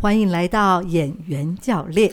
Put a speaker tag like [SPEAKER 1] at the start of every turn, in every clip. [SPEAKER 1] 欢迎来到演员教练，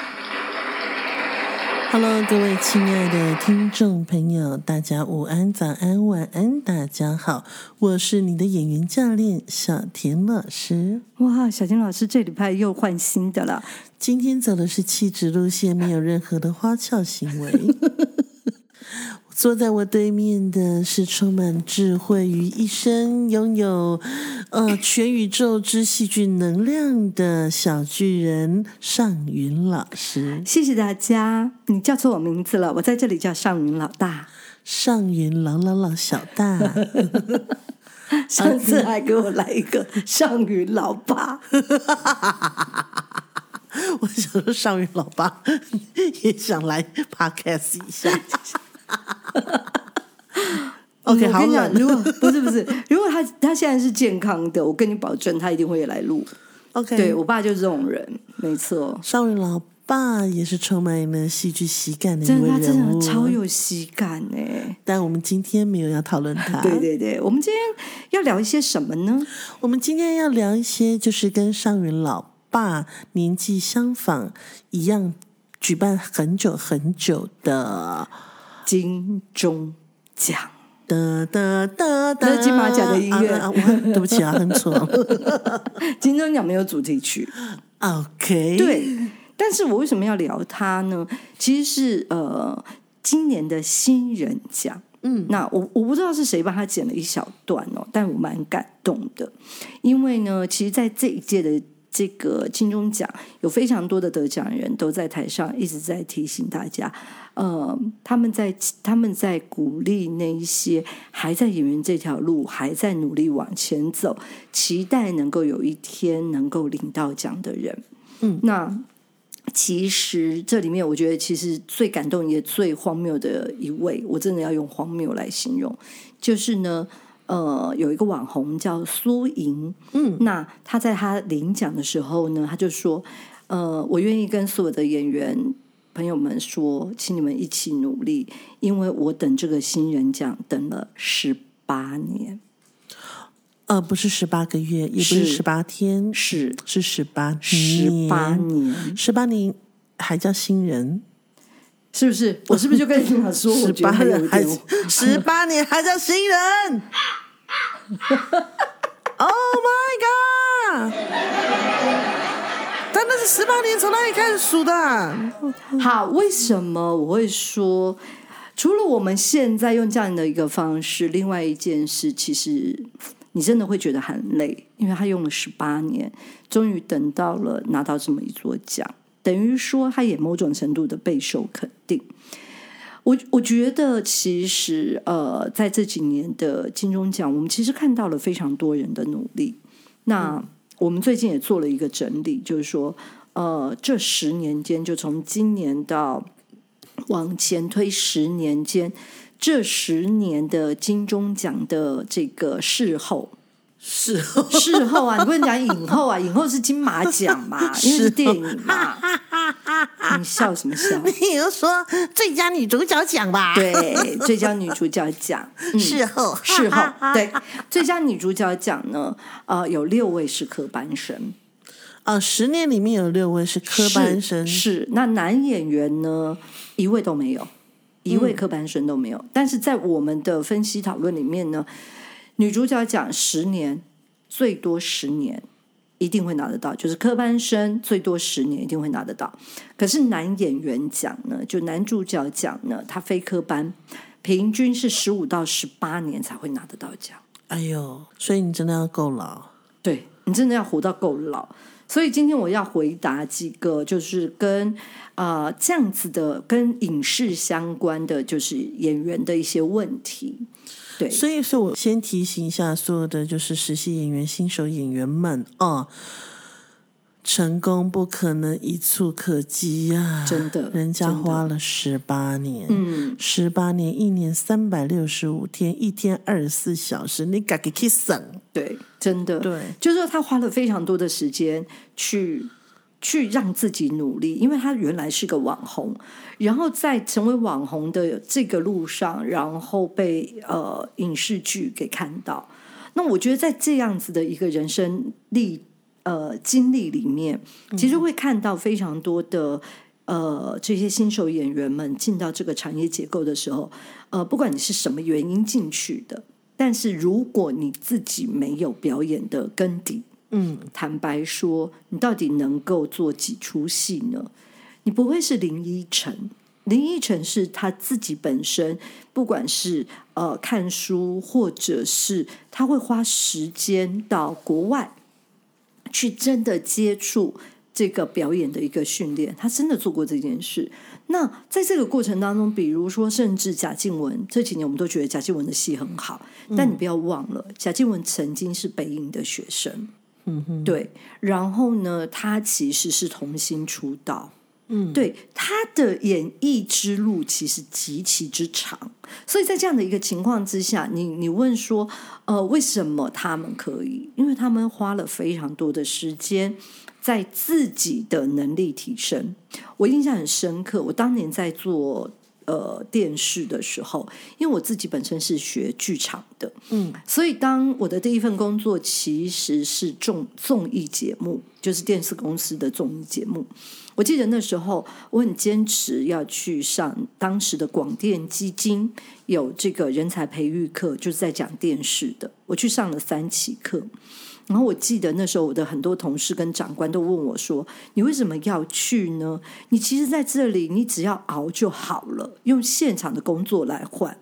[SPEAKER 2] Hello，各位亲爱的听众朋友，大家午安、早安、晚安，大家好，我是你的演员教练小田老师。
[SPEAKER 3] 哇，小金老师这礼拜又换新的了，
[SPEAKER 2] 今天走的是气质路线，没有任何的花俏行为。 坐在我对面的是充满智慧于一身、拥有呃全宇宙之戏剧能量的小巨人尚云老师。
[SPEAKER 3] 谢谢大家。你叫错我名字了，我在这里叫尚云老大。
[SPEAKER 2] 尚云老老老小 大，呃
[SPEAKER 3] 上次还给我来一个尚云老爸，
[SPEAKER 2] 我想说尚云老爸 也想来 podcast 一下。OK，
[SPEAKER 3] 我
[SPEAKER 2] 好
[SPEAKER 3] 跟你讲，
[SPEAKER 2] 冷。
[SPEAKER 3] 如果不是不是，如果他他现在是健康的，我跟你保证，他一定会来录。
[SPEAKER 2] OK，
[SPEAKER 3] 对我爸就是这种人，没错，
[SPEAKER 2] 尚云老爸也是充满了戏剧喜感的一
[SPEAKER 3] 真
[SPEAKER 2] 位
[SPEAKER 3] 的他真
[SPEAKER 2] 人物，
[SPEAKER 3] 的超。有喜感哎、
[SPEAKER 2] 但我们今天没有要讨论他，
[SPEAKER 3] 对对对，我们今天要聊一些什么呢？
[SPEAKER 2] 我们今天要聊一些就是跟上云老爸年纪相仿一样，举办很久很久的
[SPEAKER 3] 金钟奖。
[SPEAKER 2] 的的的
[SPEAKER 3] 那是金马奖的音乐
[SPEAKER 2] 啊啊啊我对不起啊，哼错了。
[SPEAKER 3] 金钟奖没有主题曲，
[SPEAKER 2] OK，，
[SPEAKER 3] 对。但是我为什么要聊它呢？其实是呃，今年的新人奖，嗯，那我我不知道是谁帮他剪了一小段哦，但我蛮感动的，因为呢，其实在这一届的。这个金钟奖有非常多的得奖人都在台上一直在提醒大家，呃，他们在他们在鼓励那一些还在演员这条路还在努力往前走，期待能够有一天能够领到奖的人。那其实这里面，我觉得其实最感动也最荒谬的一位，我真的要用荒谬来形容，就是呢。呃，有一个网红叫苏莹，嗯，那她在她领奖的时候呢，她就说，呃，我愿意跟所有的演员朋友们说，请你们一起努力，因为我等这个新人奖等了十八年，
[SPEAKER 2] 呃，不是十八个月，也不是
[SPEAKER 3] 是
[SPEAKER 2] 十八天，
[SPEAKER 3] 是
[SPEAKER 2] 是十八
[SPEAKER 3] 十八年，
[SPEAKER 2] 十八年还叫新人，
[SPEAKER 3] 是不是？我是不是就跟你讲说，我
[SPEAKER 2] 十
[SPEAKER 3] 觉
[SPEAKER 2] 八
[SPEAKER 3] 得有
[SPEAKER 2] 年
[SPEAKER 3] 一
[SPEAKER 2] 还
[SPEAKER 3] 点
[SPEAKER 2] 十八年还叫新人 ？Oh my god！但那是十八年从哪里开始数的啊？
[SPEAKER 3] 好，为什么我会说，除了我们现在用这样的一个方式，另外一件事，其实你真的会觉得很累，因为他用了十八年，终于等到了拿到这么一座奖，等于说他也某种程度的备受肯定。我我觉得其实呃，在这几年的金钟奖，我们其实看到了非常多人的努力。那、我们最近也做了一个整理，就是说，呃，这十年间，就从今年到往前推十年间，这十年的金钟奖的这个事后，
[SPEAKER 2] 是
[SPEAKER 3] 事后啊，你不能讲影后啊，影后是金马奖嘛，因为 是电影 嘛，你笑什么笑？
[SPEAKER 2] 你又说最佳女主角奖吧？，
[SPEAKER 3] 对，最佳女主角 奖，嗯、
[SPEAKER 2] 事后
[SPEAKER 3] 事后对最佳女主角奖呢，呃，有六位是科班生，
[SPEAKER 2] 啊，十年里面有六位是科班生，
[SPEAKER 3] 是是那男演员呢，一位都没有，一
[SPEAKER 2] 嗯
[SPEAKER 3] 位科班生都没有。但是在我们的分析讨论里面呢，女主角奖十年，最多十年。一定会拿得到，就是科班生最多十年一定会拿得到。可是男演员奖呢，就男主角奖呢，他非科班，平均是十五到十八年才会拿得到奖。
[SPEAKER 2] 哎呦，所以你真的要够老。
[SPEAKER 3] 对你真的要活到够老。所以今天我要回答几个，就是跟啊、呃这样子的跟影视相关的，就是演员的一些问题。对，
[SPEAKER 2] 所以，所以我先提醒一下所有的就是实习演员、新手演员们啊、成功不可能一蹴可及呀、
[SPEAKER 3] 真的
[SPEAKER 2] 人家
[SPEAKER 3] 真的
[SPEAKER 2] 花了十八年，
[SPEAKER 3] 嗯，
[SPEAKER 2] 十八年，一年三百六十五天，一天二十四小时，你敢给去省？
[SPEAKER 3] 对，真的，
[SPEAKER 2] 对，
[SPEAKER 3] 就是说他花了非常多的时间去去让自己努力，因为他原来是个网红，然后在成为网红的这个路上，然后被呃影视剧给看到。那我觉得在这样子的一个人生历呃经历里面，其实会看到非常多的。呃，这些新手演员们进到这个产业结构的时候，呃，不管你是什么原因进去的，但是如果你自己没有表演的根底，
[SPEAKER 2] 嗯，
[SPEAKER 3] 坦白说，你到底能够做几出戏呢？你不会是林依晨，林依晨是他自己本身，不管是呃看书，或者是他会花时间到国外去真的接触这个表演的一个训练，他真的做过这件事。那在这个过程当中，比如说，甚至贾静雯这几年，我们都觉得贾静雯的戏很好，但你不要忘了，贾静雯曾经是北影的学生，嗯哼，对。然后呢，她其实是童星出道，嗯，对，她的演艺之路其实极其之长，所以在这样的一个情况之下，你你问说，呃，为什么他们可以？因为他们花了非常多的时间在自己的能力提升。我印象很深刻，我当年在做呃电视的时候，因为我自己本身是学剧场的，
[SPEAKER 2] 嗯，
[SPEAKER 3] 所以当我的第一份工作其实是综综艺节目，就是电视公司的综艺节目。我记得那时候我很坚持要去上当时的广电基金有这个人才培育课，就是在讲电视的。我去上了三期课，然后我记得那时候我的很多同事跟长官都问我说：“你为什么要去呢？你其实在这里，你只要熬就好了，用现场的工作来换。”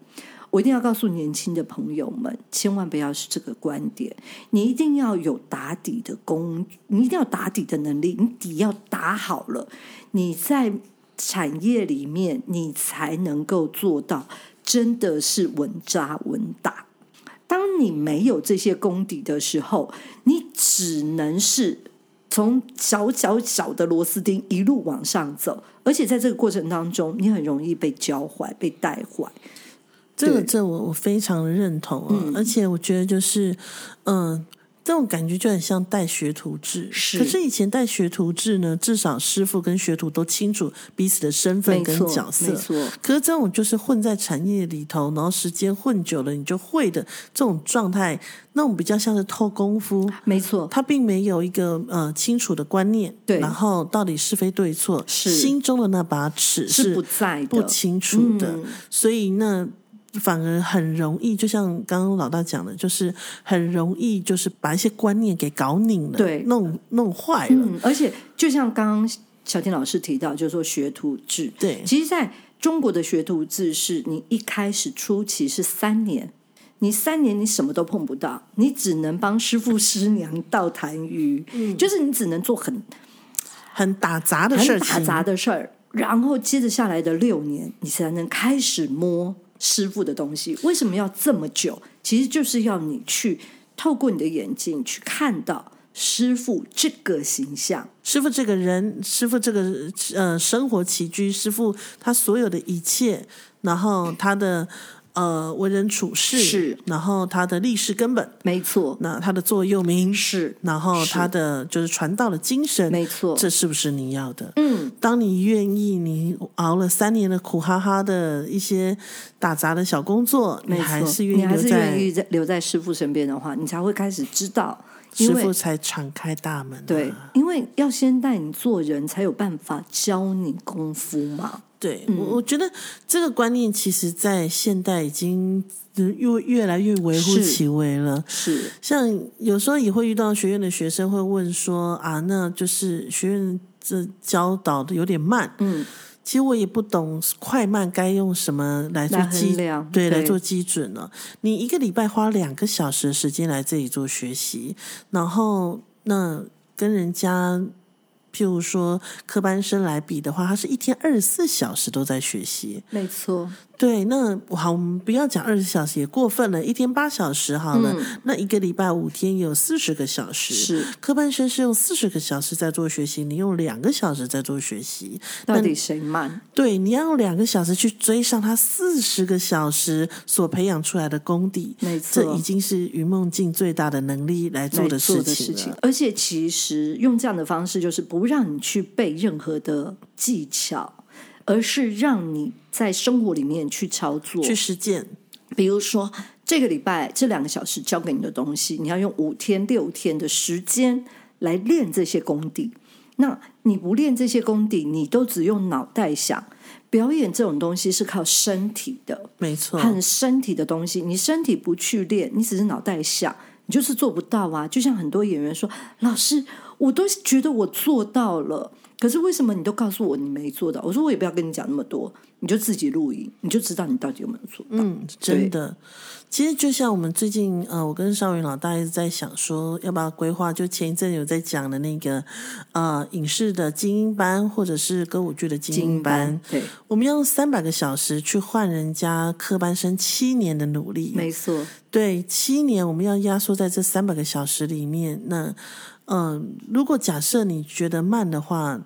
[SPEAKER 3] 我一定要告诉年轻的朋友们，千万不要是这个观点。你一定要有打底的功，你一定要打底的能力，你底要打好了，你在产业里面，你才能够做到真的是稳扎稳打。当你没有这些功底的时候，你只能是从小小小的螺丝钉一路往上走，而且在这个过程当中，你很容易被教坏、被带坏。
[SPEAKER 2] 这个
[SPEAKER 3] 对嗯
[SPEAKER 2] 这我我非常认同啊，而且我觉得就是，嗯、这种感觉就很像带学徒制。
[SPEAKER 3] 是
[SPEAKER 2] 可是以前带学徒制呢，至少师傅跟学徒都清楚彼此的身份
[SPEAKER 3] 没
[SPEAKER 2] 跟
[SPEAKER 3] 错，
[SPEAKER 2] 角色
[SPEAKER 3] 没。错，
[SPEAKER 2] 可是这种就是混在产业里头，然后时间混久了，你就会的这种状态，那种比较像是偷功夫。
[SPEAKER 3] 没错，
[SPEAKER 2] 他并没有一个呃清楚的观念，
[SPEAKER 3] 对
[SPEAKER 2] 然后到底是非对错，
[SPEAKER 3] 是
[SPEAKER 2] 心中的那把尺
[SPEAKER 3] 是不在的，
[SPEAKER 2] 不清楚的，
[SPEAKER 3] 嗯
[SPEAKER 2] 所以那反而很容易，就像刚刚老大讲的，就是很容易就是把一些观念给搞拧了，
[SPEAKER 3] 对
[SPEAKER 2] 弄弄坏了，
[SPEAKER 3] 嗯，而且就像刚刚小田老师提到，就是说学徒制，
[SPEAKER 2] 对
[SPEAKER 3] 其实在中国的学徒制是你一开始初期是三年。你三年你什么都碰不到，你只能帮师傅师娘倒痰盂，就是你只能做很
[SPEAKER 2] 很打杂的嗯事
[SPEAKER 3] 很
[SPEAKER 2] 情，
[SPEAKER 3] 打杂的事儿，然后接着下来的六年，你才能开始摸师傅的东西。为什么要这么久？其实就是要你去透过你的眼睛去看到师傅这个形象。
[SPEAKER 2] 师傅这个人，师傅这个呃生活起居，师傅他所有的一切，然后他的呃为人处事，
[SPEAKER 3] 是
[SPEAKER 2] 然后他的历史根本，
[SPEAKER 3] 没错，
[SPEAKER 2] 那他的座右铭，
[SPEAKER 3] 是
[SPEAKER 2] 然后
[SPEAKER 3] 是
[SPEAKER 2] 他的就是传道的精神，
[SPEAKER 3] 没错，
[SPEAKER 2] 这是不是你要的？
[SPEAKER 3] 嗯，
[SPEAKER 2] 当你愿意，你熬了三年的苦哈哈的一些打杂的小工作，你
[SPEAKER 3] 没
[SPEAKER 2] 还
[SPEAKER 3] 错。
[SPEAKER 2] 是愿意
[SPEAKER 3] 你还
[SPEAKER 2] 留
[SPEAKER 3] 是愿意
[SPEAKER 2] 在
[SPEAKER 3] 在留在师傅身边的话，你才会开始知道，因
[SPEAKER 2] 师
[SPEAKER 3] 为
[SPEAKER 2] 傅才敞开大门啊、
[SPEAKER 3] 对，因为要先带你做人，才有办法教你功夫嘛。
[SPEAKER 2] 对，我我觉得这个观念其实，在现代已经呃越越来越微乎
[SPEAKER 3] 是
[SPEAKER 2] 其微了。
[SPEAKER 3] 是，
[SPEAKER 2] 像有时候也会遇到学院的学生会问说啊，那就是学院这教导的有点慢，
[SPEAKER 3] 嗯，
[SPEAKER 2] 其实我也不懂快慢该用什么来做
[SPEAKER 3] 来
[SPEAKER 2] 基
[SPEAKER 3] 衡量
[SPEAKER 2] 对来
[SPEAKER 3] 对
[SPEAKER 2] 做基准呢、你一个礼拜花两个小时的时间来这里做学习，然后那跟人家譬如说科班生来比的话，他是一天二十四小时都在学习。
[SPEAKER 3] 没错，
[SPEAKER 2] 对，那好，我们不要讲二十小时也过分了，一天八小时好了，那一个礼拜五天有四十个小
[SPEAKER 3] 嗯
[SPEAKER 2] 时。
[SPEAKER 3] 是
[SPEAKER 2] 科班生是用四十个小时在做学习，你用两个小时在做学习，
[SPEAKER 3] 到底谁慢？
[SPEAKER 2] 对，你要用两个小时去追上他四十个小时所培养出来的功底，
[SPEAKER 3] 没错
[SPEAKER 2] 这已经是于梦境最大的能力来做
[SPEAKER 3] 来
[SPEAKER 2] 的
[SPEAKER 3] 做
[SPEAKER 2] 事
[SPEAKER 3] 的
[SPEAKER 2] 情啊
[SPEAKER 3] 事
[SPEAKER 2] 了。
[SPEAKER 3] 情，而且其实用这样的方式，就是不让你去背任何的技巧，而是让你在生活里面去操作，
[SPEAKER 2] 去实践，
[SPEAKER 3] 比如说这个礼拜这两个小时教给你的东西，你要用五天六天的时间来练这些功底。那你不练这些功底，你都只用脑袋想。表演这种东西是靠身体的，
[SPEAKER 2] 没错，
[SPEAKER 3] 很身体的东西。你身体不去练，你只是脑袋想，你就是做不到啊。就像很多演员说：“老师，我都觉得我做到了，可是为什么你都告诉我你没做到？”我说：“我也不要跟你讲那么多，你就自己录影，你就知道你到底有没有做到。”
[SPEAKER 2] 嗯，真的。其实就像我们最近，呃，我跟邵云老大一直在想说，要不要规划？就前一阵有在讲的那个，呃，影视的精英班，或者是歌舞剧的精英班，
[SPEAKER 3] 对，
[SPEAKER 2] 我们要用三百个小时去换人家科班生七年的努力。
[SPEAKER 3] 没错，
[SPEAKER 2] 对，七年我们要压缩在这三百个小时里面。那，嗯、如果假设你觉得慢的话，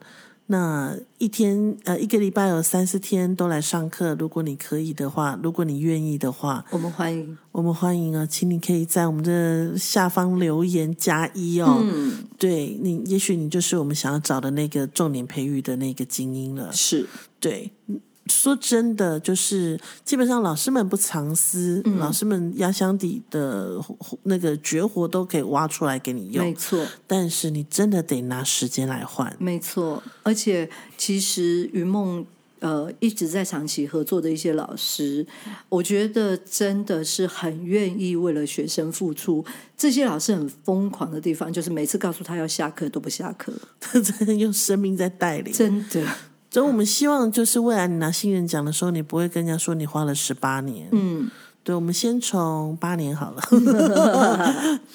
[SPEAKER 2] 那一天呃一个礼拜有三四天都来上课，如果你可以的话，如果你愿意的话，
[SPEAKER 3] 我们欢迎。
[SPEAKER 2] 我们欢迎啊，请你可以在我们的下方留言加一哦。
[SPEAKER 3] 嗯，
[SPEAKER 2] 对你，也许你就是我们想要找的那个重点培育的那个精英了。
[SPEAKER 3] 是
[SPEAKER 2] 对，嗯说真的，就是基本上老师们不藏私，
[SPEAKER 3] 嗯
[SPEAKER 2] 老师们压箱底的活活那个绝活都可以挖出来给你
[SPEAKER 3] 没
[SPEAKER 2] 用，
[SPEAKER 3] 错，
[SPEAKER 2] 但是你真的得拿时间来换。
[SPEAKER 3] 没错。而且其实云梦呃一直在长期合作的一些老师，我觉得真的是很愿意为了学生付出。这些老师很疯狂的地方，就是每次告诉他要下课都不下课，
[SPEAKER 2] 真的用生命在带领。
[SPEAKER 3] 真的。
[SPEAKER 2] 所以我们希望就是未来你拿新人奖的时候，你不会跟人家说你花了十八年。
[SPEAKER 3] 嗯，
[SPEAKER 2] 对，我们先从八年好了。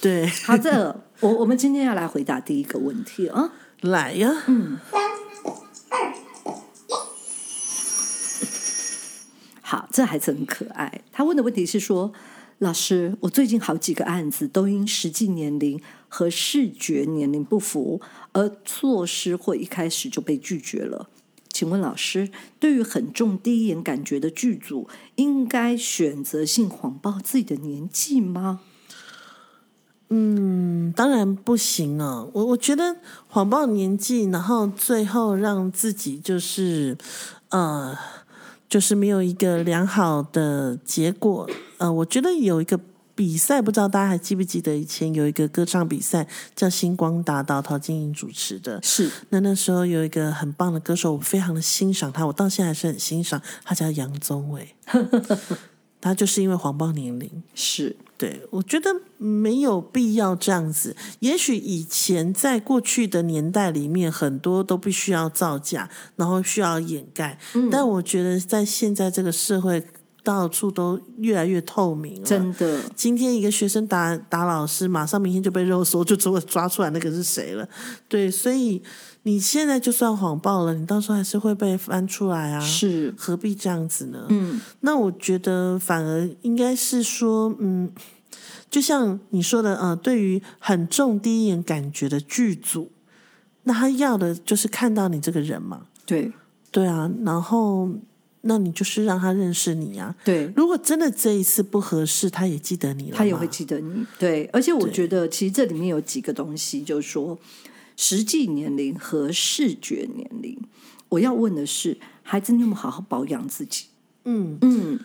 [SPEAKER 2] 对，
[SPEAKER 3] 好的，我我们今天要来回答第一个问题啊。
[SPEAKER 2] 来呀，
[SPEAKER 3] 好，这孩子很可爱。他问的问题是说：“老师，我最近好几个案子都因实际年龄和视觉年龄不符，而措施或一开始就被拒绝了。请问老师，对于很重第一眼感觉的剧组，应该选择性谎报自己的年纪吗？
[SPEAKER 2] 嗯当然不行哦。我我觉得谎报年纪，然后最后让自己就是呃，就是没有一个良好的结果。呃，我觉得有一个比赛，不知道大家还记不记得以前有一个歌唱比赛叫《星光大道》，陶晶莹主持的。
[SPEAKER 3] 是
[SPEAKER 2] 那那时候有一个很棒的歌手，我非常的欣赏他，我到现在还是很欣赏，他叫杨 宗纬。他就是因为谎报年龄，
[SPEAKER 3] 是，
[SPEAKER 2] 对，我觉得没有必要这样子。也许以前在过去的年代里面，很多都必须要造假，然后需要掩盖。
[SPEAKER 3] 嗯
[SPEAKER 2] 但我觉得在现在这个社会，到处都越来越透明了。
[SPEAKER 3] 真的
[SPEAKER 2] 今天一个学生打打老师，马上明天就被肉搜，就抓抓出来那个是谁了。对，所以你现在就算谎报了，你到时候还是会被翻出来啊。
[SPEAKER 3] 是，
[SPEAKER 2] 何必这样子呢？
[SPEAKER 3] 嗯，
[SPEAKER 2] 那我觉得反而应该是说，嗯，就像你说的，呃，对于很重第一眼感觉的剧组，那他要的就是看到你这个人嘛，
[SPEAKER 3] 对
[SPEAKER 2] 对啊，然后那你就是让他认识你啊。
[SPEAKER 3] 对，
[SPEAKER 2] 如果真的这一次不合适，他也记得你了嘛，
[SPEAKER 3] 他也会记得你。对，而且我
[SPEAKER 2] 对
[SPEAKER 3] 觉得其实这里面有几个东西，就是说实际年龄和视觉年龄。我要问的是，孩子，你有没有好好保养自己？
[SPEAKER 2] 嗯，
[SPEAKER 3] 嗯，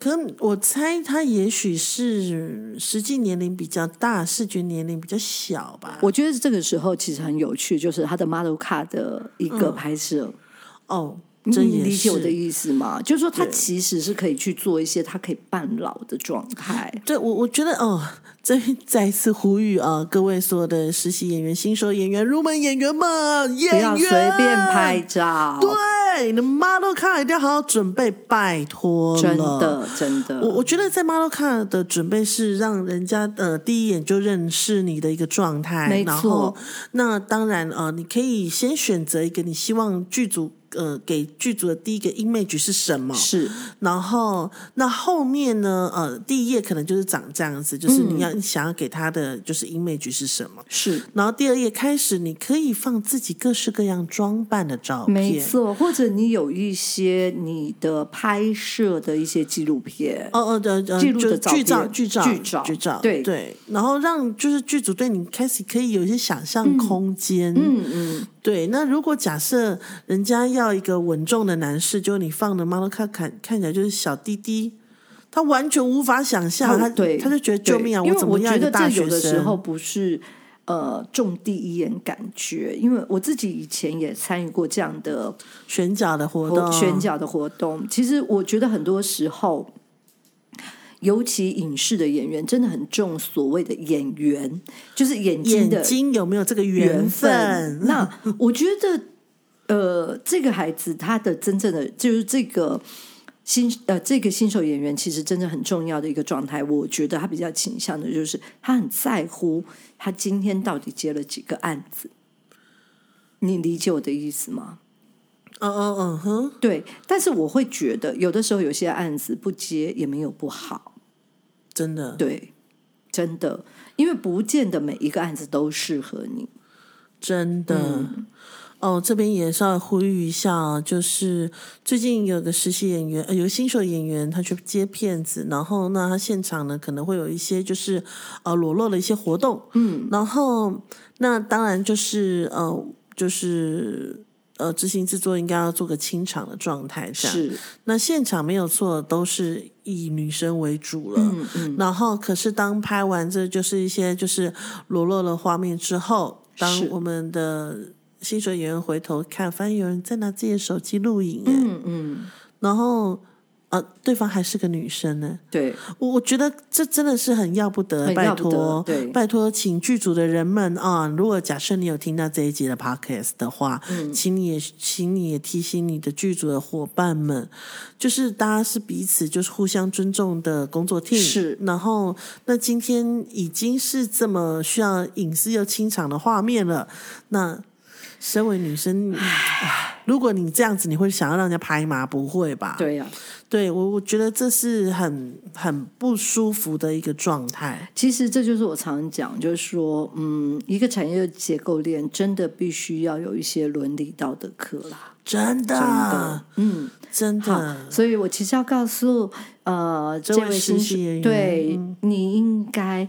[SPEAKER 2] 可我猜他也许是实际年龄比较大，视觉年龄比较小吧。
[SPEAKER 3] 我觉得这个时候其实很有趣，就是他的 model 卡的一个拍摄。
[SPEAKER 2] 哦，
[SPEAKER 3] 你
[SPEAKER 2] 嗯这也
[SPEAKER 3] 理解我的
[SPEAKER 2] 是
[SPEAKER 3] 意思吗？就是说，他
[SPEAKER 2] 对
[SPEAKER 3] 其实是可以去做一些他可以扮老的状态。
[SPEAKER 2] 对我，我觉得哦， 这边再一次呼吁啊，各位所有的实习演员、新手演员、入门演员们，
[SPEAKER 3] 不
[SPEAKER 2] 演
[SPEAKER 3] 要
[SPEAKER 2] 员
[SPEAKER 3] 随便拍，照，
[SPEAKER 2] 对，对，你的 model card 一定要好好准备，拜托了
[SPEAKER 3] 真的真
[SPEAKER 2] 我
[SPEAKER 3] 的，
[SPEAKER 2] 我觉得在 model card 的准备是让人家呃第一眼就认识你的一个状态，
[SPEAKER 3] 没错
[SPEAKER 2] 然后那当然呃，你可以先选择一个你希望剧组呃给剧组的第一个 image 是什么，
[SPEAKER 3] 是
[SPEAKER 2] 然后那后面呢呃第一页可能就是长这样子，就是
[SPEAKER 3] 嗯
[SPEAKER 2] 你要、你想要给他的就是 image 是什么。
[SPEAKER 3] 是。
[SPEAKER 2] 然后第二页开始，你可以放自己各式各样装扮的照片，
[SPEAKER 3] 没错，或者你有一些你的拍摄的一些纪录片，
[SPEAKER 2] 哦哦对，呃
[SPEAKER 3] 记录
[SPEAKER 2] 就
[SPEAKER 3] 的照
[SPEAKER 2] 剧照
[SPEAKER 3] 片
[SPEAKER 2] 剧照
[SPEAKER 3] 剧照
[SPEAKER 2] 剧照，
[SPEAKER 3] 对
[SPEAKER 2] 对，然后让就是剧组对你开始可以有一些想象空间，
[SPEAKER 3] 嗯嗯，
[SPEAKER 2] 对。那如果假设人家要一个稳重的男士，就你放的 model 看看看起来就是小滴滴，他完全无法想象，他
[SPEAKER 3] 对，
[SPEAKER 2] 他就觉得
[SPEAKER 3] 对
[SPEAKER 2] 救命啊！
[SPEAKER 3] 因为
[SPEAKER 2] 怎么样
[SPEAKER 3] 觉
[SPEAKER 2] 一个
[SPEAKER 3] 得
[SPEAKER 2] 大
[SPEAKER 3] 这
[SPEAKER 2] 学
[SPEAKER 3] 有的时
[SPEAKER 2] 生？
[SPEAKER 3] 候不是呃中第一眼感觉，因为我自己以前也参与过这样的
[SPEAKER 2] 选角的活
[SPEAKER 3] 活
[SPEAKER 2] 动，
[SPEAKER 3] 选角的活动。其实我觉得很多时候，尤其影视的演员真的很重所谓的演员，就是眼睛
[SPEAKER 2] 眼
[SPEAKER 3] 的
[SPEAKER 2] 睛有没有这个
[SPEAKER 3] 缘
[SPEAKER 2] 分？
[SPEAKER 3] 那我觉得，呃，这个孩子他的真正的就是这个。新呃，这个新手演员其实真正很重要的一个状态，我觉得他比较倾向的就是他很在乎他今天到底接了几个案子，你理解我的意思吗？
[SPEAKER 2] 嗯嗯嗯哼，
[SPEAKER 3] 对，但是我会觉得有的时候有些案子不接也没有不好，
[SPEAKER 2] 真的，
[SPEAKER 3] 对，真的，因为不见得每一个案子都适合你。
[SPEAKER 2] 真的。
[SPEAKER 3] 嗯
[SPEAKER 2] 哦，这边也稍微呼吁一下哦，就是最近有个实习演员，呃，有个新手演员，他去接片子，然后那他现场呢可能会有一些就是呃裸露的一些活动，嗯，然后那当然就是呃就是呃执行制作应该要做个清场的状态，这样
[SPEAKER 3] 是，
[SPEAKER 2] 那现场没有错，都是以女生为主了。
[SPEAKER 3] 嗯嗯，
[SPEAKER 2] 然后，可是当拍完这就是一些就是裸露的画面之后，当
[SPEAKER 3] 是
[SPEAKER 2] 我们的新手演员回头看，发现有人在拿自己的手机录影，哎
[SPEAKER 3] 嗯嗯，
[SPEAKER 2] 然后啊，对方还是个女生呢。
[SPEAKER 3] 对，
[SPEAKER 2] 我我觉得这真的是很要不得，
[SPEAKER 3] 很
[SPEAKER 2] 拜
[SPEAKER 3] 要不得
[SPEAKER 2] 托，
[SPEAKER 3] 对
[SPEAKER 2] 拜托，请剧组的人们啊，如果假设你有听到这一集的 podcast 的话，
[SPEAKER 3] 嗯
[SPEAKER 2] 请你也请你也提醒你的剧组的伙伴们，就是大家是彼此就是互相尊重的工作 team，
[SPEAKER 3] 是
[SPEAKER 2] 然后那今天已经是这么需要隐私又清场的画面了，那。身为女生，唉如果你这样子，你会想要让人家拍吗？不会吧？
[SPEAKER 3] 对呀、
[SPEAKER 2] 对我，我觉得这是很很不舒服的一个状态。
[SPEAKER 3] 其实这就是我常讲，就是说，嗯，一个产业的结构链真的必须要有一些伦理道德课啦，
[SPEAKER 2] 真
[SPEAKER 3] 真的
[SPEAKER 2] 的，，
[SPEAKER 3] 嗯，
[SPEAKER 2] 真
[SPEAKER 3] 好
[SPEAKER 2] 的，，
[SPEAKER 3] 所以我其实要告诉呃这
[SPEAKER 2] 这位
[SPEAKER 3] 位
[SPEAKER 2] 实
[SPEAKER 3] 新
[SPEAKER 2] 习演员
[SPEAKER 3] 对、你应该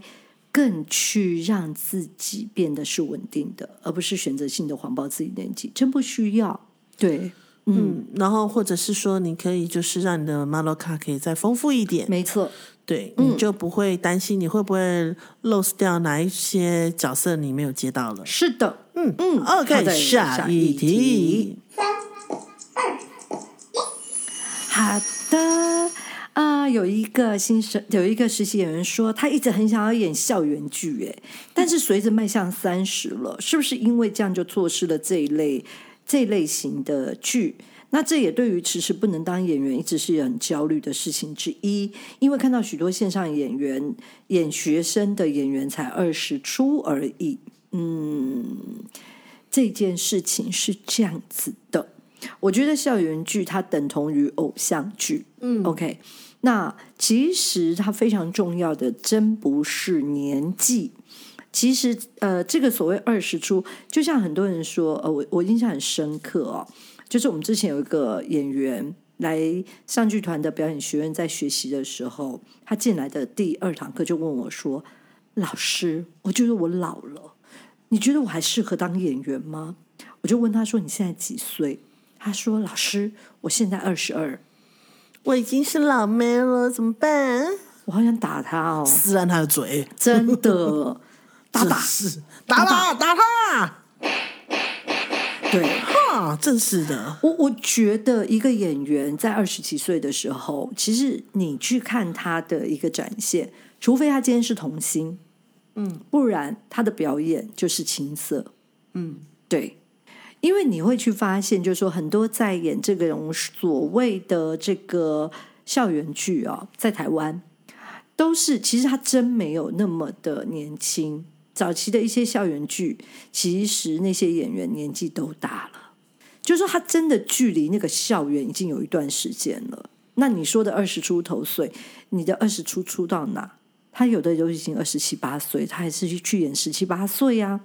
[SPEAKER 3] 更去让自己变得是稳定的，而不是选择性的谎报自己年纪，真不需要。对，
[SPEAKER 2] 嗯，然后或者是说，你可以就是让你的 model 卡可以再丰富一点，
[SPEAKER 3] 没错，
[SPEAKER 2] 对，你就不会担心你会不会 lose 掉哪一些角色你没有接到了。
[SPEAKER 3] 是的，
[SPEAKER 2] 嗯
[SPEAKER 3] 嗯好
[SPEAKER 2] ，OK，
[SPEAKER 3] 的
[SPEAKER 2] 下
[SPEAKER 3] 下
[SPEAKER 2] 一
[SPEAKER 3] 一
[SPEAKER 2] 题
[SPEAKER 3] 题，好的。啊、有一个新生，有一个实习演员说，他一直很想要演校园剧，哎，但是随着迈向三十了，是不是因为这样就错失了这一类这一类型的剧？那这也对于迟迟不能当演员，一直是很焦虑的事情之一。因为看到许多线上演员演学生的演员才二十出而已，嗯，这件事情是这样子的。我觉得校园剧它等同于偶像剧，嗯，OK。那其实它非常重要的，真不是年纪。其实，呃，这个所谓二十出，就像很多人说，呃，我我印象很深刻哦，就是我们之前有一个演员来上剧团的表演学院，在学习的时候，他进来的第二堂课就问我说：“老师，我觉得我老了，你觉得我还适合当演员吗？”我就问他说：“你现在几岁？”他说：“老师，我现在二十二。
[SPEAKER 2] 我已经是老妹了，怎么办？”
[SPEAKER 3] 我好想打他哦，
[SPEAKER 2] 撕烂他的嘴，
[SPEAKER 3] 真的， 打
[SPEAKER 2] 真
[SPEAKER 3] 打，
[SPEAKER 2] 是打他，打他，
[SPEAKER 3] 对。
[SPEAKER 2] 哈，啊真是的，
[SPEAKER 3] 我我觉得一个演员在二十几岁的时候，其实你去看他的一个展现，除非他今天是童星，嗯，不然他的表演就是青涩，嗯，对。因为你会去发现，就是说很多在演这种所谓的这个校园剧啊、在台湾都是其实他真没有那么的年轻。早期的一些校园剧，其实那些演员年纪都大了，就是说他真的距离那个校园已经有一段时间了。那你说的二十出头岁，你的二十出出到哪？他有的都已经二十七八岁，他还是去演十七八岁呀、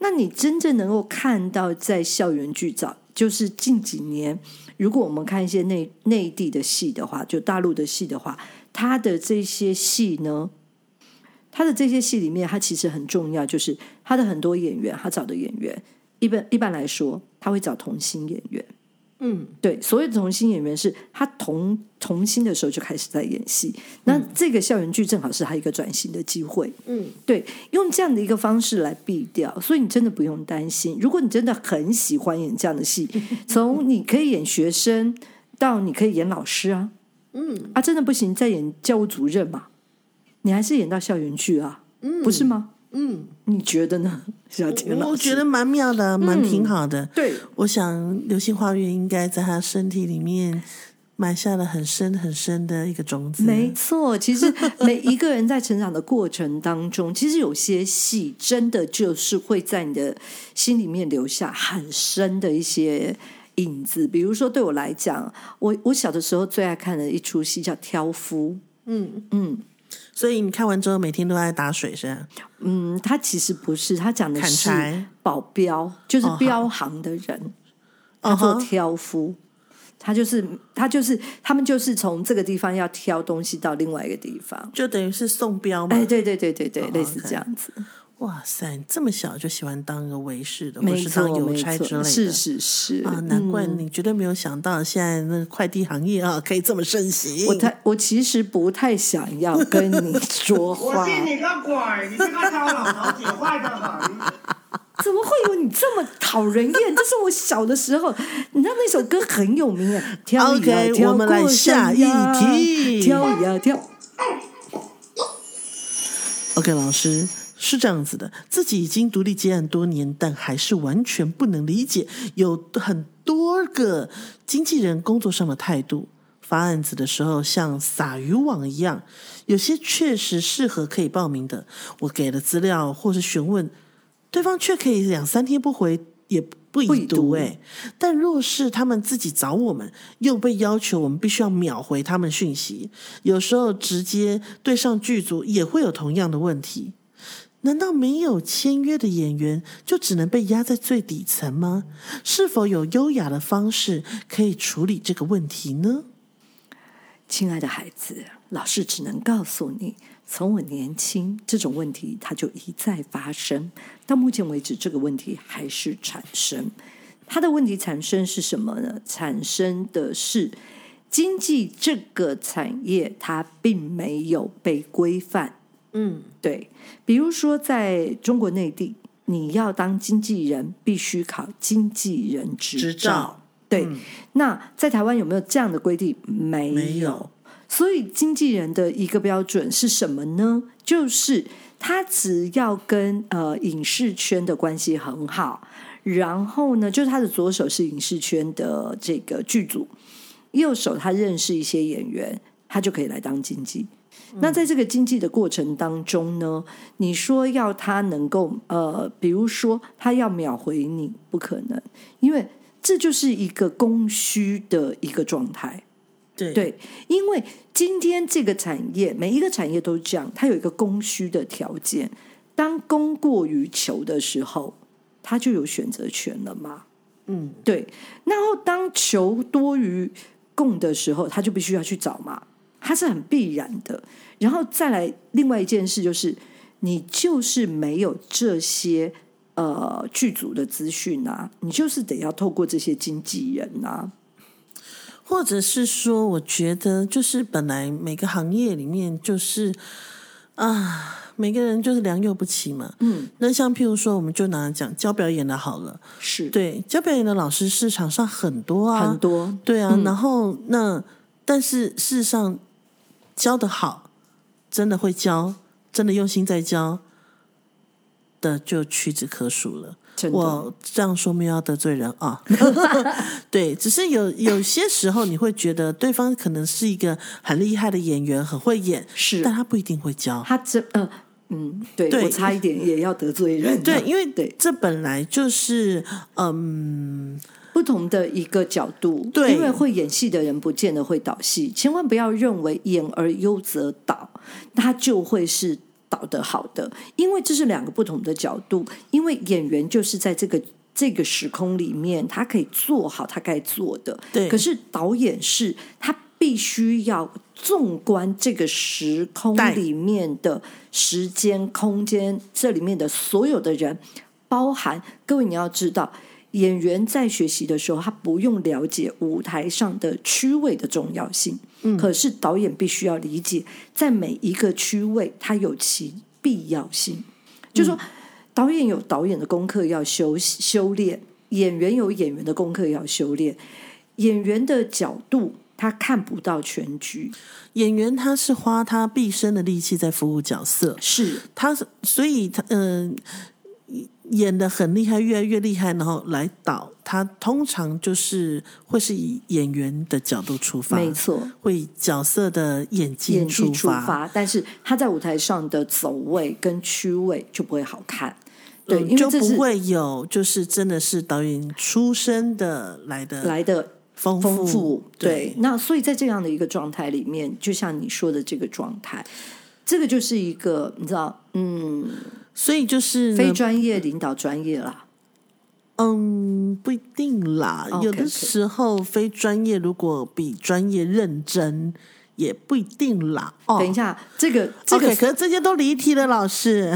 [SPEAKER 3] 那你真正能够看到在校园剧早，就是近几年，如果我们看一些内内地的戏的话，就大陆的戏的话，它的这些戏呢，它的这些戏里面，它其实很重要，就是它的很多演员，他找的演员，一般一般来说，他会找童星演员。
[SPEAKER 2] 嗯，
[SPEAKER 3] 对，所谓的童星演员是他童童星的时候就开始在演戏，那这个校园剧正好是他一个转型的机会。
[SPEAKER 2] 嗯，
[SPEAKER 3] 对，用这样的一个方式来避掉，所以你真的不用担心。如果你真的很喜欢演这样的 戏，从你可以演学生到你可以演老师啊，嗯，啊，真的不行，再演教务主任嘛，你还是演到校园剧啊，嗯，不是吗？
[SPEAKER 2] 嗯，
[SPEAKER 3] 你觉得呢， 小田老师？
[SPEAKER 2] 我觉得蛮妙的，蛮挺好的。
[SPEAKER 3] 嗯对，
[SPEAKER 2] 我想流星花园应该在他身体里面埋下了很深很深的一个种子。
[SPEAKER 3] 没错，其实每一个人在成长的过程当中， 其实有些戏真的就是会在你的心里面留下很深的一些影子。比如说，对我来讲，我我小的时候最爱看的一出戏叫《挑夫》。
[SPEAKER 2] 所以你看完之后每天都在打水是吧？
[SPEAKER 3] 嗯，他其实不是，他讲的
[SPEAKER 2] 砍
[SPEAKER 3] 是
[SPEAKER 2] 柴
[SPEAKER 3] 保镖，就是
[SPEAKER 2] 哦好
[SPEAKER 3] 镖行的人。
[SPEAKER 2] 哦
[SPEAKER 3] 他做
[SPEAKER 2] 哈
[SPEAKER 3] 挑夫，他就是他就是他们就是从这个地方要挑东西到另外一个地方。
[SPEAKER 2] 就等于是送镖嘛。
[SPEAKER 3] 哎，对对对对对，类似
[SPEAKER 2] 哦 OK
[SPEAKER 3] 这样子，
[SPEAKER 2] 哇塞，你这么小就喜欢当个卫士的，或
[SPEAKER 3] 没
[SPEAKER 2] 是
[SPEAKER 3] 错
[SPEAKER 2] 当邮
[SPEAKER 3] 没
[SPEAKER 2] 差之类
[SPEAKER 3] 错，
[SPEAKER 2] 的。
[SPEAKER 3] 是嗯是是
[SPEAKER 2] 啊，难怪你绝对没有想到现在那个快递行业啊可以这么盛
[SPEAKER 3] 嗯
[SPEAKER 2] 行。
[SPEAKER 3] 我太我其实不太想 要跟你说
[SPEAKER 4] 我
[SPEAKER 3] 话，
[SPEAKER 4] 信你个鬼！你这个糟老头子坏的很。
[SPEAKER 3] 怎么会有你这么讨人厌？这是我小的时候，你知道那首歌很有名 啊，挑呀
[SPEAKER 2] OK，
[SPEAKER 3] 挑
[SPEAKER 2] 我们来
[SPEAKER 3] 过
[SPEAKER 2] 下
[SPEAKER 3] 山呀
[SPEAKER 2] 一题
[SPEAKER 3] 挑呀挑，
[SPEAKER 2] OK，老师是这样子的，自己已经独立接案多年，但还是完全不能理解有很多个经纪人工作上的态度。发案子的时候像撒渔网一样，有些确实适合可以报名的，我给了资料或是询问，对方却可以两三天不回，也不
[SPEAKER 3] 不
[SPEAKER 2] 已
[SPEAKER 3] 已
[SPEAKER 2] 读
[SPEAKER 3] 读
[SPEAKER 2] 哎、但若是他们自己找我们，又被要求我们必须要秒回他们讯息，有时候直接对上剧组也会有同样的问题。难道没有签约的演员就只能被压在最底层吗？是否有优雅的方式可以处理这个问题呢？
[SPEAKER 3] 亲爱的孩子，老师只能告诉你，从我年轻这种问题它就一再发生，到目前为止这个问题还是产生。它的问题产生是什么呢？产生的是经济这个产业它并没有被规范。
[SPEAKER 2] 嗯，
[SPEAKER 3] 对，比如说在中国内地，你要当经纪人必须考经纪人执照。
[SPEAKER 2] 执照
[SPEAKER 3] 对，那在台湾有没有这样的规定？没
[SPEAKER 2] 嗯没有
[SPEAKER 3] 所以经纪人的一个标准是什么呢？就是他只要跟呃影视圈的关系很好，然后呢，就是他的左手是影视圈的这个剧组，右手他认识一些演员，他就可以来当经纪。
[SPEAKER 2] 嗯
[SPEAKER 3] 那在这个经纪的过程当中呢，你说要他能够呃，比如说他要秒回你，不可能，因为这就是一个供需的一个状态。
[SPEAKER 2] 对
[SPEAKER 3] 对，因为今天这个产业，每一个产业都是这样，它有一个供需的条件。当供过于求的时候，它就有选择权了嘛。
[SPEAKER 2] 嗯，
[SPEAKER 3] 对。然后当求多于供的时候，他就必须要去找嘛，它是很必然的。然后再来另外一件事就是，你就是没有这些呃剧组的资讯啊，你就是得要透过这些经纪人啊，
[SPEAKER 2] 或者是说，我觉得就是本来每个行业里面就是啊，每个人就是良莠不齐嘛。
[SPEAKER 3] 嗯，
[SPEAKER 2] 那像譬如说，我们就拿讲教表演的好了，
[SPEAKER 3] 是
[SPEAKER 2] 对，教表演的老师市场上很多啊，
[SPEAKER 3] 很多。嗯
[SPEAKER 2] 对啊，然后那但是事实上教的好，真的会教，真的用心在教的就屈指可数了。
[SPEAKER 3] 真的，
[SPEAKER 2] 我这样说没有要得罪人 啊，对，只是有有些时候你会觉得对方可能是一个很厉害的演员，很会演，
[SPEAKER 3] 是
[SPEAKER 2] 但他不一定会教。
[SPEAKER 3] 他真呃嗯，对
[SPEAKER 2] 对
[SPEAKER 3] 我差一点也要得罪人了，啊
[SPEAKER 2] 对，因为
[SPEAKER 3] 对
[SPEAKER 2] 这本来就是嗯，
[SPEAKER 3] 不同的一个角度，
[SPEAKER 2] 对
[SPEAKER 3] 因为会演戏的人不见得会导戏，千万不要认为演而优则导，他就会是导得好的，因为这是两个不同的角度，因为演员就是在这个。这个时空里面，他可以做好他该做的。
[SPEAKER 2] 对
[SPEAKER 3] 可是导演是他必须要纵观这个时空
[SPEAKER 2] 带
[SPEAKER 3] 里面的时间、空间，这里面的所有的人，包含各位，你要知道，演员在学习的时候，他不用了解舞台上的区位的重要性，嗯，可是导演必须要理解，在每一个区位，它有其必要性，就说。导演有导演的功课要修修炼，演员有演员的功课要修炼。演员的角度，他看不到全局，
[SPEAKER 2] 演员他是花他毕生的力气在服务角色，
[SPEAKER 3] 是
[SPEAKER 2] 他是所以他嗯、演的很厉害，越来越厉害，然后来导他通常就是会是以演员的角度出发，
[SPEAKER 3] 没错。
[SPEAKER 2] 会以角色的演技
[SPEAKER 3] 演
[SPEAKER 2] 出
[SPEAKER 3] 技出
[SPEAKER 2] 发，
[SPEAKER 3] 发，但是他在舞台上的走位跟屈位就不会好看，对，因
[SPEAKER 2] 嗯
[SPEAKER 3] 为
[SPEAKER 2] 就
[SPEAKER 3] 这
[SPEAKER 2] 不
[SPEAKER 3] 是
[SPEAKER 2] 会有就是真的是导演出身的来的
[SPEAKER 3] 来的
[SPEAKER 2] 丰
[SPEAKER 3] 丰
[SPEAKER 2] 富
[SPEAKER 3] 富。对，那所以在这样的一个状态里面，就像你说的这个状态，这个就是一个你知道，嗯，
[SPEAKER 2] 所以就是呢
[SPEAKER 3] 非专业领导专业啦，
[SPEAKER 2] 嗯不一定啦
[SPEAKER 3] OK，
[SPEAKER 2] 有的
[SPEAKER 3] OK
[SPEAKER 2] 时候非专业如果比专业认真也不一定啦哦。
[SPEAKER 3] 等一下，这个这个
[SPEAKER 2] OK，可是这些都离题了，老师，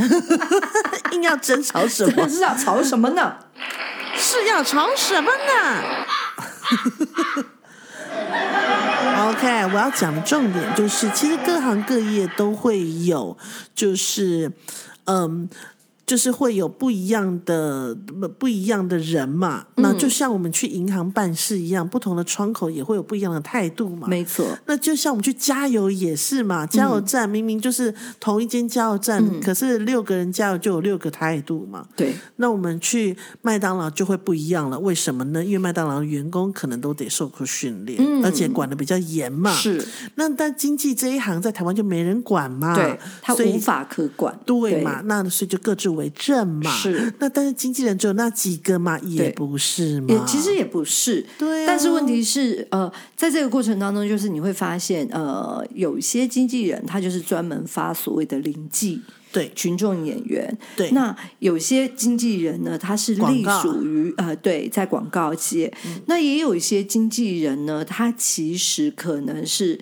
[SPEAKER 2] 硬要争吵什么？
[SPEAKER 3] 是要吵什么呢？
[SPEAKER 2] 是要吵什么呢 ？OK，我要讲的重点就是，其实各行各业都会有，就是嗯。就是会有不一样的不不一样的人嘛，那就像我们去银行办事一样，不同的窗口也会有不一样的态度嘛。
[SPEAKER 3] 没错，
[SPEAKER 2] 那就像我们去加油也是嘛，加油站明明就是同一间加油站，可是六个人加油就有六个态度嘛。
[SPEAKER 3] 对，
[SPEAKER 2] 那我们去麦当劳就会不一样了，为什么呢？因为麦当劳员工可能都得受过训练，而且管的比较严嘛。，
[SPEAKER 3] 嗯是
[SPEAKER 2] 那但经济这一行在台湾就没人管嘛，
[SPEAKER 3] 对，他
[SPEAKER 2] 啊所以
[SPEAKER 3] 无法可管，
[SPEAKER 2] 对嘛，那所以就各自为政嘛。
[SPEAKER 3] 是，
[SPEAKER 2] 那但是经纪人只有那几个嘛，也不是嘛。
[SPEAKER 3] 对？也其实也不是，
[SPEAKER 2] 对啊
[SPEAKER 3] 但是问题是，呃，在这个过程当中，就是你会发现，呃，有一些经纪人他就是专门发所谓的零技
[SPEAKER 2] 对
[SPEAKER 3] 群众演员，
[SPEAKER 2] 对
[SPEAKER 3] 那有些经纪人呢，他是
[SPEAKER 2] 广
[SPEAKER 3] 隶
[SPEAKER 2] 告嗯
[SPEAKER 3] 属于呃，对，在广告界。那也有一些经纪人呢，他其实可能是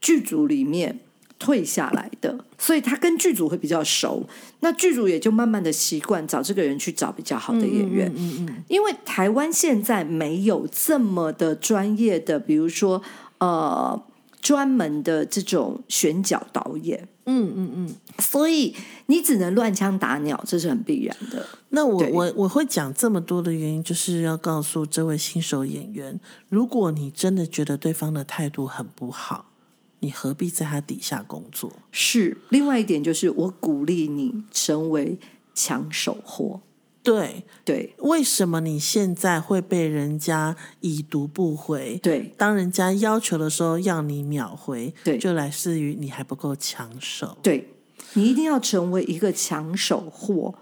[SPEAKER 3] 剧组里面退下来的，所以他跟剧组会比较熟。那剧组也就慢慢的习惯找这个人去找比较好的演
[SPEAKER 2] 嗯
[SPEAKER 3] 员，因为台湾现在没有这么的专业的，比如说呃。专门的这种选角导演，
[SPEAKER 2] 嗯
[SPEAKER 3] 所以你只能乱枪打鸟，这是很必然的。
[SPEAKER 2] 那我
[SPEAKER 3] 对
[SPEAKER 2] 我我会讲这么多的原因，就是要告诉这位新手演员，如果你真的觉得对方的态度很不好，你何必在他底下工作？
[SPEAKER 3] 是另外一点，就是我鼓励你成为抢手货。
[SPEAKER 2] 对，
[SPEAKER 3] 对
[SPEAKER 2] 为什么你现在会被人家已读不回？
[SPEAKER 3] 对，
[SPEAKER 2] 当人家要求的时候要你秒回，
[SPEAKER 3] 对
[SPEAKER 2] 就来自于你还不够抢手。
[SPEAKER 3] 对，你一定要成为一个抢手货，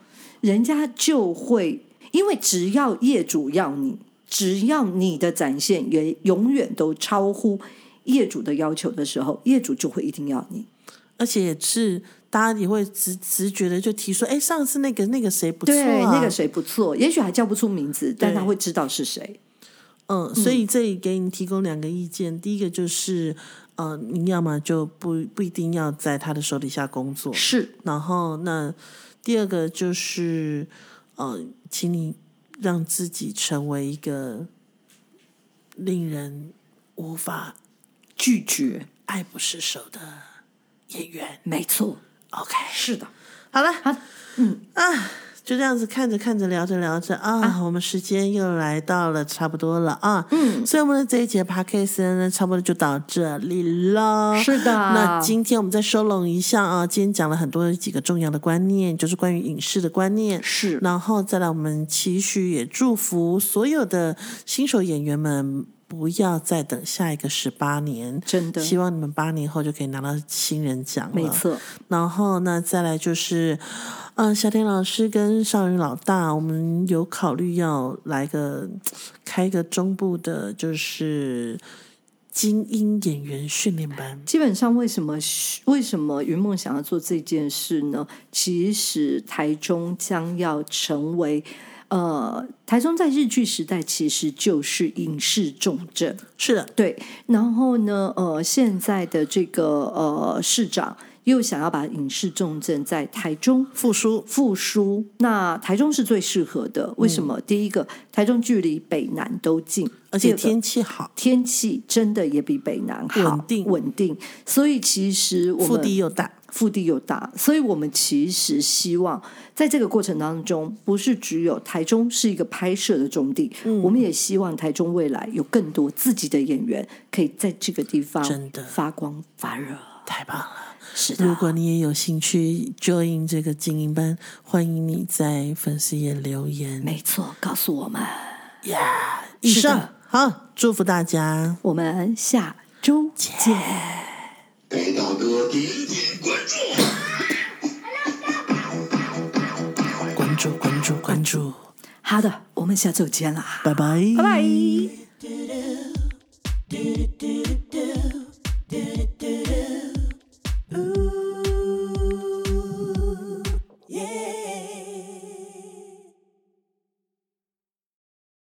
[SPEAKER 3] 人家就会，因为只要业主要你，只要你的展现也永远都超乎业主的要求的时候，业主就会一定要你。
[SPEAKER 2] 而且也是大家也会直直觉的就提说，哎，上次那个那个谁不错、啊，
[SPEAKER 3] 对，那个谁不错，也许还叫不出名字，但
[SPEAKER 2] 对
[SPEAKER 3] 他会知道是谁。
[SPEAKER 2] 嗯，所以这里给你提供两个意见，第一个就是，呃，你要么就不不一定要在他的手底下工作，
[SPEAKER 3] 是，
[SPEAKER 2] 然后那第二个就是，呃，请你让自己成为一个令人无法
[SPEAKER 3] 拒绝，
[SPEAKER 2] 爱不释手的演员。
[SPEAKER 3] 没错，
[SPEAKER 2] OK，
[SPEAKER 3] 是的，
[SPEAKER 2] 好了，
[SPEAKER 3] 他
[SPEAKER 2] 啊，就这样子看着看着聊着聊着啊，我们时间又来到了差不多了啊，嗯，所以我们的这一节 podcast 呢，差不多就到这里了。
[SPEAKER 3] 是的
[SPEAKER 2] 那今天我们再收拢一下啊，今天讲了很多几个重要的观念，就是关于影视的观念，
[SPEAKER 3] 是
[SPEAKER 2] 然后再来，我们期许也祝福所有的新手演员们，不要再等下一个十八年。
[SPEAKER 3] 真的，
[SPEAKER 2] 希望你们八年后就可以拿到新人奖了。
[SPEAKER 3] 没错，
[SPEAKER 2] 然后呢，再来就是，嗯、小田老师跟少云老大，我们有考虑要来个开一个中部的，就是精英演员训练班。
[SPEAKER 3] 基本上，为什么为什么云梦想要做这件事呢？其实台中将要成为，呃，台中在日剧时代其实就是影视重镇，
[SPEAKER 2] 是的，
[SPEAKER 3] 对。然后呢，呃，现在的这个呃市长又想要把影视重镇在台中
[SPEAKER 2] 复苏
[SPEAKER 3] 复苏，那台中是最适合的。为什么？第一个，台中距离北南都近，
[SPEAKER 2] 而且
[SPEAKER 3] 第二个
[SPEAKER 2] 天气好，
[SPEAKER 3] 天气真的也比北南好，
[SPEAKER 2] 稳定
[SPEAKER 3] 稳定。所以其实我们
[SPEAKER 2] 腹地又大。
[SPEAKER 3] 腹地又大，所以我们其实希望在这个过程当中，不是只有台中是一个拍摄的重地，
[SPEAKER 2] 嗯
[SPEAKER 3] 我们也希望台中未来有更多自己的演员可以在这个地方
[SPEAKER 2] 真的
[SPEAKER 3] 发光发热。
[SPEAKER 2] 太棒了！
[SPEAKER 3] 是
[SPEAKER 2] 如
[SPEAKER 3] 的，
[SPEAKER 2] 果你也有兴趣 join 这个精英班，欢迎你在粉丝页留言。
[SPEAKER 3] 没错，告诉我们，
[SPEAKER 2] 以
[SPEAKER 3] 是的
[SPEAKER 2] 上好，祝福大家。
[SPEAKER 3] 我们下周见。
[SPEAKER 5] 给道德顶顶关注。
[SPEAKER 2] 关注关注关注，
[SPEAKER 3] 好的，我们下周见啦，
[SPEAKER 2] 拜拜
[SPEAKER 3] 拜拜。